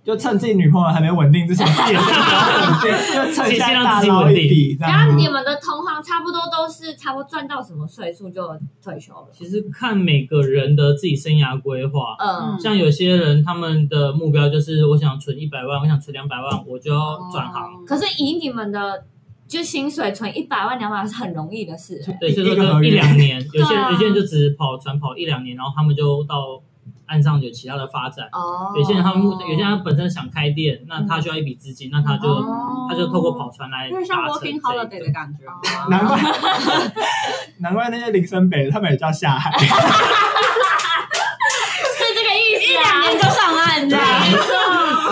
就趁自己女朋友还没稳定之前，自己也是稳定，就趁现在大捞一笔这然后样你子。们的同行差不多都是差不多赚到什么岁数就退休了。其实看每个人的自己生涯规划，嗯，像有些人他们的目标就是我想存一百万，我想存两百万，我就要转行。哦可是以你们的就薪水存一百万两百万是很容易的事、欸对，所以说一个合就约一两 年，有些对啊有些人就只跑船跑一两年，然后他们就到岸上有其他的发展。哦。有些人他们目，有些人他本身想开店，那他需要一笔资金，那他就哦他就透过跑船来因为像达成这 working 一 holiday 的个。感觉啊吗，难怪，难怪那些林森北他们也叫下海，是这个意思两年啊。就上岸这样。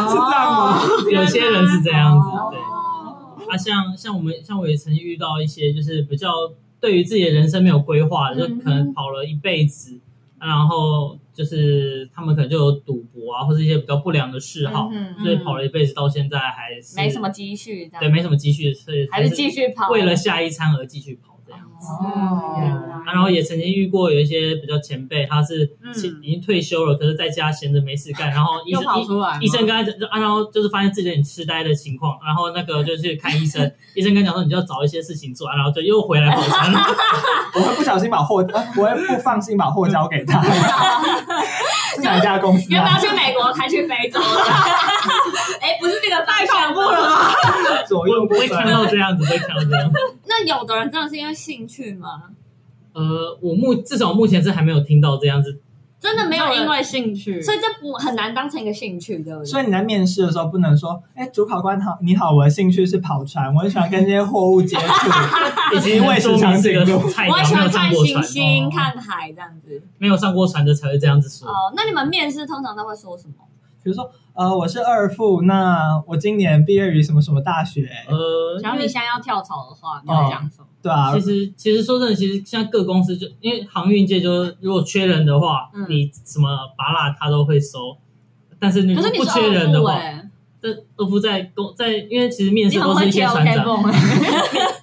是这样吗？哦有些人是这样子，对。啊哦啊，像像我们像我也曾经遇到一些就是比较对于自己的人生没有规划的，嗯就可能跑了一辈子，啊然后就是他们可能就有赌博啊，或者一些比较不良的嗜好，嗯，所以跑了一辈子到现在还是没什么积蓄这对，样，没什么积蓄，所以还是继续跑。为了下一餐而继续跑这样。原哦，来啊然后也曾经遇过有一些比较前辈，他是嗯其已经退休了，可是在家闲着没事干，然后医又生跑医出来吗，医生跟他讲，就啊然后就是发现自己有点痴呆的情况，然后那个就去看医生， 医生跟他讲说你就要找一些事情做，啊然后就又回来 跑山了。我会不小心把货，呃我会不放心把货交 给他。是哪一家公司原本要啊？去美国，还去非洲。 哎，不是这个方向吗？吗？左右我不 会分看到这样子，不会看到这样子。那有的人真的是因为兴趣吗？呃，我目至少目前是还没有听到这 样子，真的没有就人因，为兴趣，所以这不很难当成一个兴趣，对不对？所以你在面试的时候不能说，哎，主考官好，你好，我的兴趣是跑船，我很喜欢跟这些货物接触。 已经因为说时常明这个进入菜我鸟很喜没有欢上看过星船，星、哦看海这样子。没有上过船的才会这样子说。哦，那你们面试通常都会说什么？比如说，呃，我是二副，那我今年毕业于什么什么大学，呃，然因后你为现在要跳槽的话，你要讲什么？对啊其，实其实说真的，其实现在各公司就因为航运界就如果缺人的话，嗯你什么拔蜡他都会收。但是你可是你不是缺人二的副话，哎，这都不在公在，因为其实面试你很都是会一些接船 OK 长，泵哎，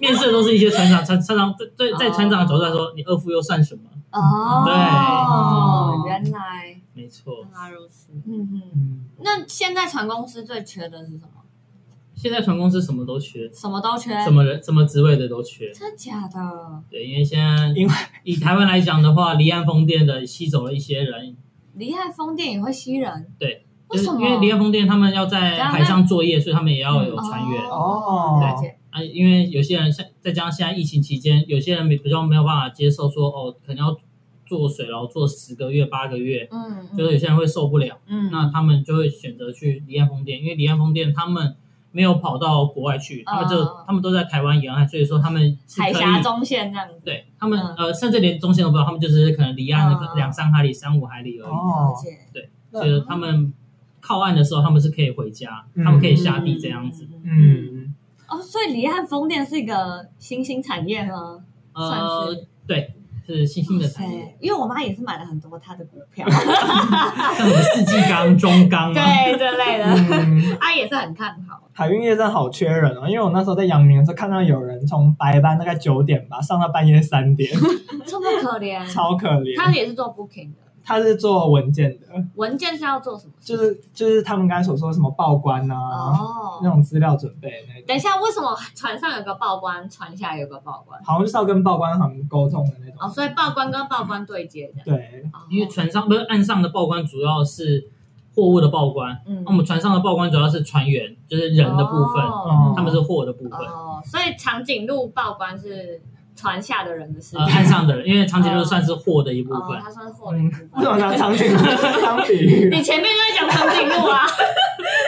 面试都是一些船长，船船长对对，在船长的角度来说，你二副又算什么？哦，对原来，没错原，来啊如此。嗯哼。嗯，那现在船公司最缺的是什么？现在船公司什么都缺，什么都缺，什么人什么职位的都缺。真假的？对，因为现在因为以台湾来讲的话，离岸风电的吸走了一些人，离岸风电也会吸人？对，为就是什因么？为离岸风电他们要在海上作业，所以他们也要嗯有船员。哦了解。啊，因为有些人像再加上现在疫情期间，有些人比较没有办法接受说哦，可能要做水牢做十个月八个月，嗯，就是有些人会受不了，嗯那他们就会选择去离岸风电，因为离岸风电他们没有跑到国外去，他们就、哦他们都在台湾沿岸，所以说他们是可海以峡中线这样子。对他们、嗯呃，甚至连中线都不知道，他们就是可能离岸哦两三海里、三五海里而已，哦了，解所以他们靠岸的时候，他们是可以回家，嗯他们可以下地这样子。。嗯，哦，所以离岸风电是一个新兴产业吗？嗯算呃，对，是新兴的产业。对，因为我妈也是买了很多她的股 票，像什么世纪钢、中钢啊，对这类的，嗯她也是很看好。海运业真的好缺人哦，因为我那时候在阳明的时候看到有人从白班大概九点吧上到半夜三 点，这么可怜，超可怜。她也是做 booking 的，他是做文件的，文件是要做什么？就是就是他们刚才所说的什么报关啊，那哦，种资料准备那等种，一下，为什么船上有个报关，船下有个报关？好像就是要跟报关行沟通的那哦，种。所以报关跟报关对接的。对，哦因为船上不是岸上的报关主要是货物的报关，嗯那我们船上的报关主要是船员，就是人的部分，哦他们是货的部分。哦，所以长颈鹿报关是船下的人的事呃，情。岸上的人，因为长颈鹿算是货的一部哦分，，他算是货的一嗯部分。为什么拿长颈鹿当比喻？ 你前面就在讲长颈鹿啊，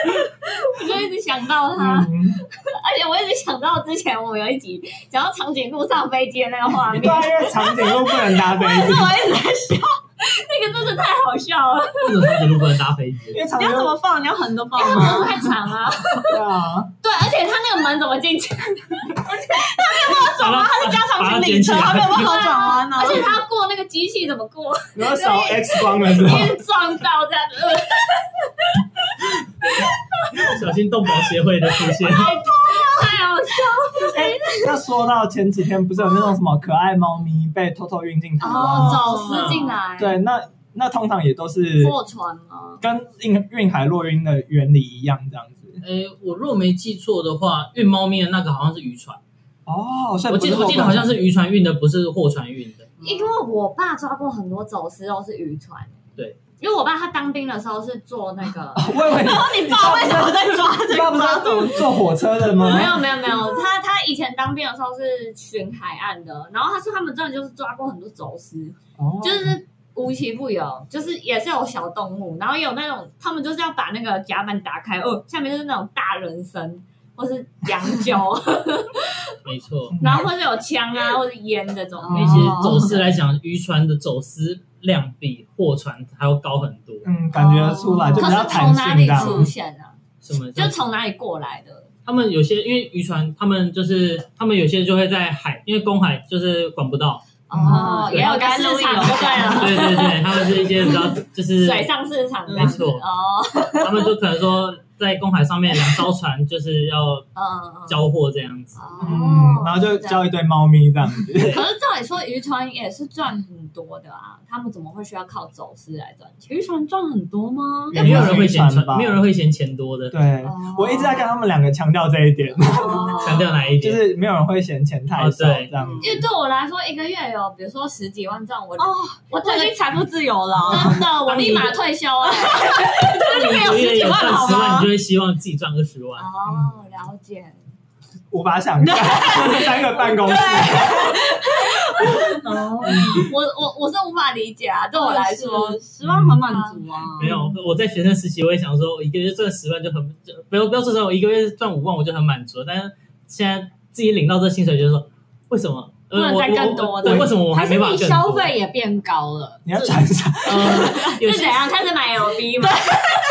我就一直想到它，嗯，而且我一直想到之前我们有一集讲到长颈鹿上飞机的那个 画面，对啊，因为长颈鹿不能搭飞但是 机，我一直在笑，那个真的太好笑 了，为什么长颈鹿不能搭飞机？因为长你颈要怎鹿么放？你要横着放因为它吗？脖子太长啊。对啊，对，而且它那个门怎么进去？转弯，他加长行李车，他没有办法转弯呢而。且他要啊过那个机器怎么 过？然后扫 X 光了是吗？一直撞到这 样子，呃 小心动保协会的出 现。太好笑 哎，那说到前几天不是有那种什么可爱猫咪被偷偷运进台了！湾哦，吗？走私进来，，对，那那通常也都是货船啊，跟运运海洛因的原理一样，这样子。诶，呃我若没记错的话，运猫咪的那个好像是渔船，哦，所以不我记是得我记得好像是渔船运的，不是货船运的。因为我爸抓过很多走私都是渔船，对，因为我爸他当兵的时候是做那个。后面。我以为你爸为什么在 抓你这爸不是个？要坐火车的吗？没有没有没有，他他以前当兵的时候是巡海岸的，然后他说他们真的就是抓过很多走私，哦，就是无奇不有，就是也是有小动物，然后也有那种他们就是要把那个甲板打开，哦，下面就是那种大人参或是洋酒， 没错，然后或者有枪啊或者烟这种，因为其实走私来讲，渔船的走私量比货船还要高很多。嗯，感觉出来哦就可比是较从弹哪性里这样。出现啊？什么叫就从哪里过来的？他们有些因为渔船，他们就是他们有些就会在海，因为公海就是管不到，哦，对也有在市场就对了， 对对对，他们是一些比较就是水上市场这没样子。错，哦，他们就可能说在公海上面两艘船就是要嗯嗯，嗯交货这样子，嗯哦，，然后就这样教一堆猫咪这样子。可是照理说，渔船也是赚很多的啊，他们怎么会需要靠走私来赚钱？渔船赚很多吗？没有人会嫌嗯船吧船，没有人会嫌钱多的，对，我一直在跟他们两个强调这一点，哦强调哪一就点？是没有人会嫌钱太哦少对这样子。因为对我来说，一个月有比如说十几万这样，我哦我我这已个经财富自由哦了，真的，我立马退休啊了。你一个月有赚好十万，吗你就会希望自己赚二十万。哦，了解。无法想象，三个办公室，哦，我我我是无法理解啊，对我来说，十万很满足啊。没有，我在学生时期我也想说，我哦一个月赚十万就很，就不要不要说什么，我一个月赚五万我就很满足了。但是现在自己领到这薪水，就是说为什么？呃不能我再我更多我的对，为什么我还还是没办法你更多消费也变高了，你要传啥？呃，有是些怎样开始买 LV 吗？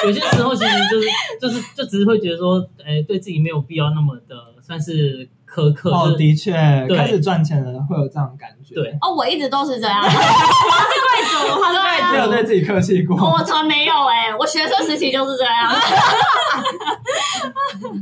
有些时候其实就是就是就只是会觉得说，哎，对自己没有必要那么的算是苛刻，哦，就是的确，对开始赚钱了会有这样的感觉。对，哦，我一直都是 这样，我是贵族，他是啊贵没有对自己客气过。我从来没有哎、我学生时期就是这样。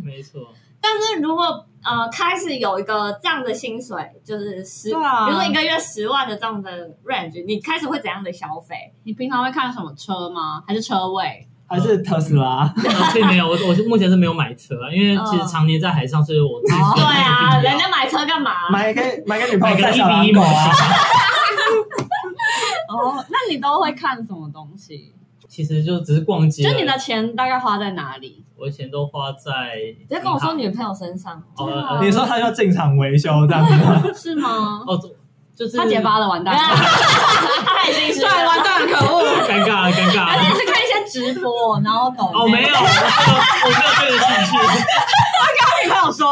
没错，但是如果呃开始有一个这样的薪水，就是十，对啊比如说一个月十万的这样的 range，你开始会怎样的消费？你平常会看什么车吗？还是车位？还是特斯拉，呃并没有，我我是目前是没有买车啊，因为其实常年在海上，所以我自己哦对啊，人家家买车干嘛？ 买给买给女朋买友个带一小比狼一狗嘛，啊。哦，那你都会看什么东西？其实就只是逛街就而已，你的钱大概花在哪里？我以前都花在银行。直接跟我说女朋友身上，哦对啊呃你说他要进场维修这样子 吗，是吗？哦，就是他结巴了，完蛋 了！他已经是完蛋，可恶！尴尬了，啊尴尬而且了。是看一些直播，然后抖哦，没有，我我没有这个兴趣。你朋友说，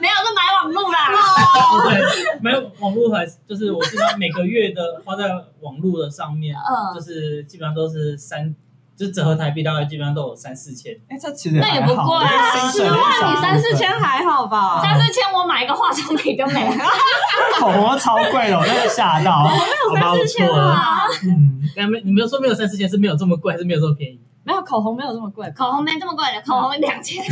没有是买网路啦。啊哦，对，没有网络还是就是我基本上每个月的花在网络的上面，嗯就是基本上都是三，就是折合台币大概基本上都有三四千。哎，这其实也那也还不好贵啊薪水的一小你部三四分千还好吧？三四千我买一个化妆品就没了，口红都超贵的，我真的吓到。好吧，我错了。啊嗯，但没，你没有说没有三四千是没有这么贵，还是没有这么便宜？没有口红没有这么贵，口口红没这么贵的，口红两千，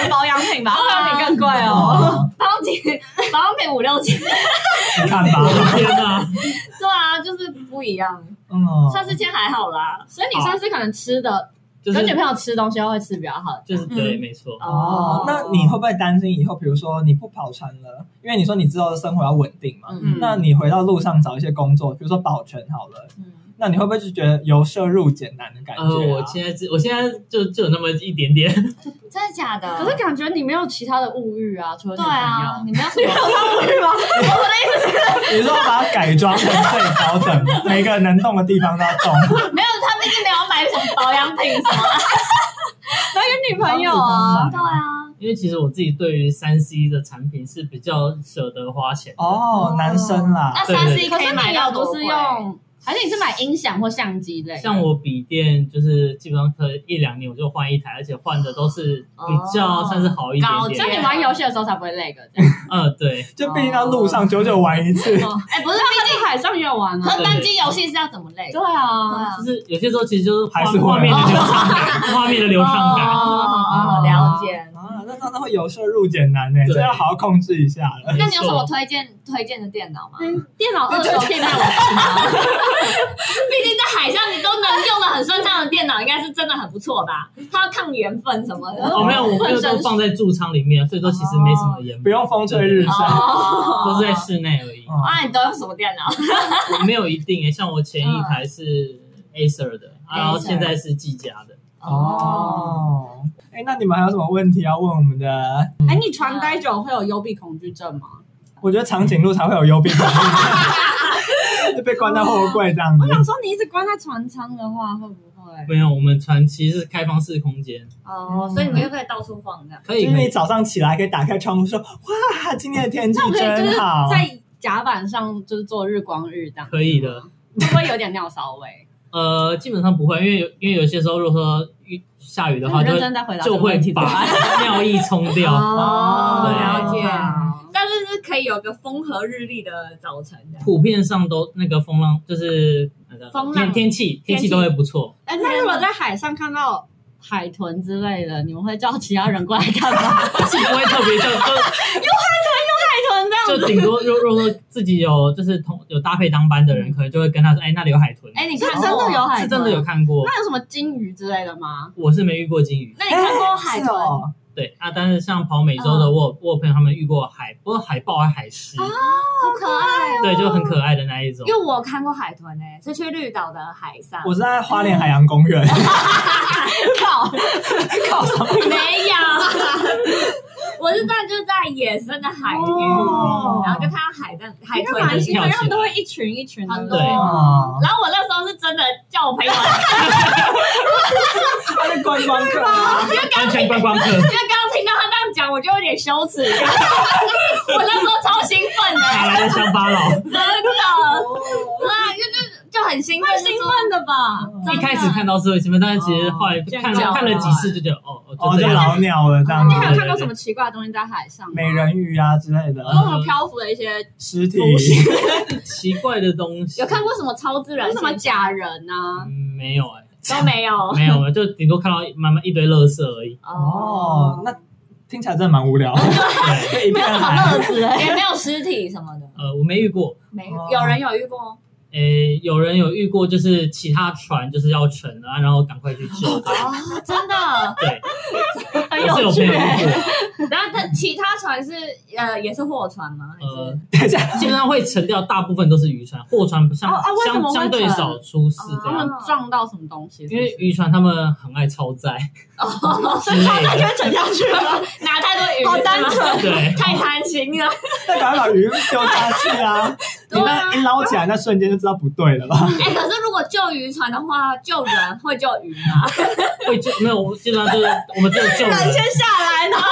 红保养品吧，保保养养品品更更贵贵哦哦。保养品保养品五六千，你看吧我，的啊天哪！对啊，就是不一样，哦嗯，三四千还好啦。所以你上次可能吃的，就跟女是朋友吃东西会吃比较好。就是对，没错。哦，那你会不会担心以后，比如说你不跑船了，因为你说你之后的生活要稳定嘛？嗯那你回到路上找一些工作，比如说保全好了，嗯啊那你会不会就觉得由奢入俭难的感觉、啊？呃，我现在只我现在就就有那么一点点，真的假的？可是感觉你没有其他的物欲啊，除了女对朋啊，友。你没有什么你说把它改装成最高等，每个能动的地方都要动，没有，他毕竟没有买什么保养品什么的。哪有女朋友啊？对啊， 因为其实我自己对于三 C 的产品是比较舍得花钱的。哦，男生啦，那三 C 可可以是买你到又多不贵是用还是你是买音响或相机类？像我笔电就是基本上可能一两年我就换一台，而且换的都是比较哦算是好一点高，点。这样你玩游戏的时候才不会累个。这样嗯，对，就毕竟到路上久久玩一次，哦哎，不是，毕竟海上也有玩可啊。是单机游戏是要怎么累？对啊，就是有些时候其实就是画还是会画面的流畅感，画面的流畅感。哦，了解。啊，那那那会由奢入俭难呢，对这要好好控制一下了。那你有什么推荐推荐的电脑吗？嗯，电脑二手店卖我 毕竟在海上你都能用的很顺畅的电脑，应该是真的很不错吧？它要看缘分什么的。哦，没有，我没有都放在驻仓里面，所以说其实没什么研不用风吹日晒。哦都是在室内而已。嗯啊，你都用什么电脑？我没有一定诶，像我前一台是 Acer 的，啊然后 Acer 现在是技嘉的。哦，哎，那你们还有什么问题要问我们的？哎，你船待久会有幽闭恐惧症吗？我觉得长颈鹿才会有幽闭恐惧，就 被关在货柜这样子我。想说，你一直关在船舱的话，会不会？没有，我们传奇是开放式空间，哦，所以你们又可以到处晃的。可以就可是你以。早上起来可以打开窗户说：“哇，今天的天气那我可以就真是好。”在甲板上就是做日光浴这样。可以的，会不会有点尿骚味？呃，基本上不会，因为有因为有些时候如果说遇下雨的话，很就会认真在回答这就个问会题。把尿液冲掉。哦了解好但是是可以有个风和日丽的早晨的。普遍上都那个风浪就是那个风浪天天气天气都会不错，哎，那如果在海上看到海豚之类的，你们会叫其他人过来看吗？是不会特别就就海豚这样，就顶多如如果说自己有就是同有搭配当班的人，可能就会跟他说，哎，那里有海豚，哦哎，你是看真过的有海豚？是真的有？看过，那有什么金鱼之类的吗？我是没遇过金鱼。那你看过海是豚？哦对啊，但是像跑美洲的，嗯我有我有朋友他们遇过海，不过海豹还海狮，好可爱哦！对，就很可爱的那一种因。为我有看过海豚诶，是去绿岛的海上。我是在花莲海洋公园，靠，靠什么？ 没有，啊 我是在就是在野生的海域，哦然后就看到海上海你豚看蛮蛮新新的跳起的，他来们都会一群一群的。很多。对 哦然后我那时候是真的叫我朋友来 他是观光客啊，完全观光客，因为刚刚听到他这样讲，我就有点羞耻。 我那时候超兴奋的，哪来的乡巴佬？真的，对啊，就就就很兴奋，太兴奋的吧？真的一开始看到是会兴奋，但是其实后来这样看就好了了看了几次就觉得哦，哦哦，就就这样。老鸟了这样你子，还有看到什么奇怪的东西在海上吗？美人鱼啊之类的跟我们嗯漂浮的一些，尸体，奇怪的东西有看过什么超自然有现什象？么假人啊嗯？没有哎，都没有。哦没有，没有就顶多看到慢慢一堆垃圾而 已。哦，那听起来真的蛮无聊的，对，就一没有片什么海。乐子哎。也没有尸体什么的，呃，我没遇过，欸没哦有。有人有遇过诶，有人有遇过，就是其他船就是要沉了，啊然后赶快去救他。哦，真的。对，很我是有有朋趣友欸。遇过。然后他其他船是呃也是货船吗？还呃是，等一下，基本上会沉掉，大部分都是渔船，货船不像、哦啊为什么相相会对沉哦少出事这样，他们撞到什么东西？因为渔船他们很爱超载 之超载类就的，会沉下去了，拿哦太多鱼，好单是吗纯。 对，太贪心了。那赶快把鱼丢下去啊！你对啊那一捞起来那瞬间就知道不对了吧？哎，可是如果救渔船的话，救人会救鱼吗？ 会救没有，我基本上就是我们只有 救人人，先下来，然后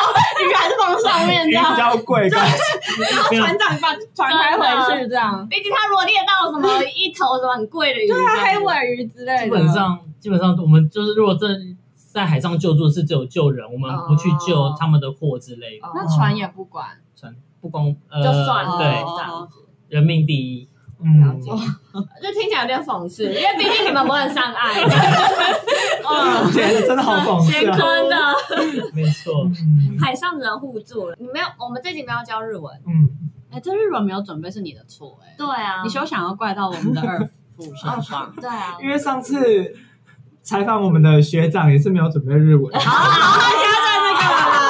鱼还是放上面这鱼 样比，较贵，干然后船长把船开回去这样。毕竟他如果猎到什么一头什么很贵的鱼，对啊，这样黑子尾鱼之类的。基本上基本上我们就是如果真的在海上救助是只有救人，我哦们不去救他们的货之类的，那船也不管，船不公呃就算了，对，这样子。人命 第一，嗯，这哦听起来有点讽刺，因为毕竟你们不会上 岸，嗯天真的好 讽刺啊！真的。没 错。嗯海上人互助了，你没有，我们这集没有教日文。嗯，哎，这日文没有准备是你的错哎，对啊。你休想要怪到我们的二副身上 对啊。因为上次采访我们的学长也是没有准备日文，好好，大家在那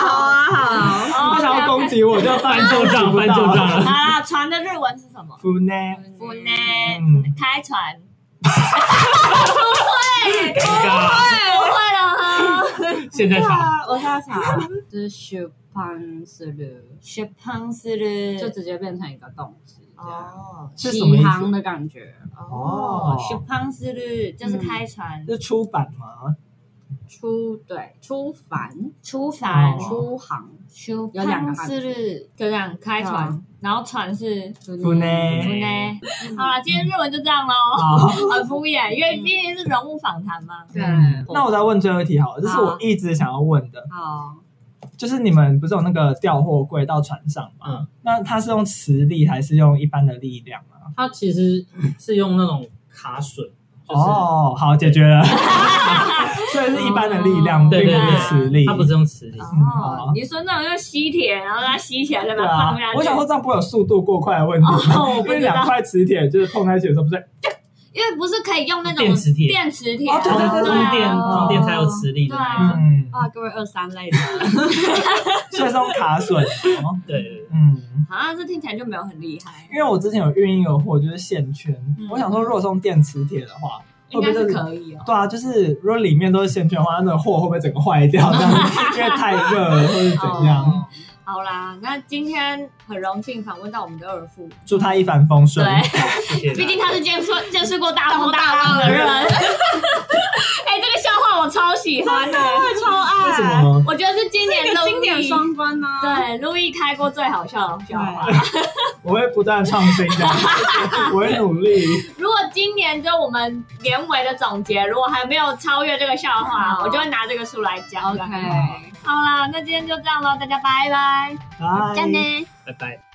好啊好，他想要攻击我就翻翻旧账，翻旧账了。啊，船的日文是什么？福呢？不呢，嗯，开船。尴 尬，不会了哈。哦现在查，我现在查，就是 s h u p a n s u 学胖死了就直接变成一个动词，这样哦是起什么意航思？的感觉。嗯哦，哦学胖死了就是开船。是出版吗？出对出帆出帆哦出航出有两个汉字日就这样开船，对啊然后船是福内福呢。好了，今天日文就这样喽，好，很敷衍，因为毕竟是人物访谈嘛。对嗯那我再问最后一题好了，这是我一直想要问的，好就是你们不是有那个吊货柜到船上吗？嗯那它是用磁力还是用一般的力量啊？它其实是用那种卡水，就是、哦，好，解决了， 所以是一般的力量，并对不对是对，磁力。它不是用磁力，嗯好哦，你说那种用吸铁，然后它吸起来再把对它啊放下，去。我想说这样不会有速度过快的问题吗，哦，我因不为知两 道，块磁铁就是碰在一起的时候，不是因为不是可以用那种电磁铁，电磁铁哦啊，对对对对通电啊通电才有磁力的哦那一 种，嗯，啊，各位二三类的，所以是用卡榫哦，对对对，嗯。好像这听起来就没有很厉害，因为我之前有运一个货，就是线圈。嗯我想说，如果是用电磁铁的话，应会不会该就是是可 以哦。对啊，就是如果里面都是线圈的话，那个货会不会整个坏掉？这样，因为太热了，或是怎样？哦好啦，那今天很荣幸访问到我们的二副，祝他一帆风顺。对。谢谢大家。毕竟他是见说见识过大风大浪的人。 哎、这个笑话我超喜欢的，超爱为什么呢？我觉得是今年经典 Louis 双关啊呢？对 Louis 开过最好笑的笑话。我会不断创新的， 我会努力。如果今年就我们年尾的总结，如果还没有超越这个笑话，好我就会拿这个出来讲。啊，OK。好啦，那今天就这样喽，大家拜拜，拜再见。拜拜。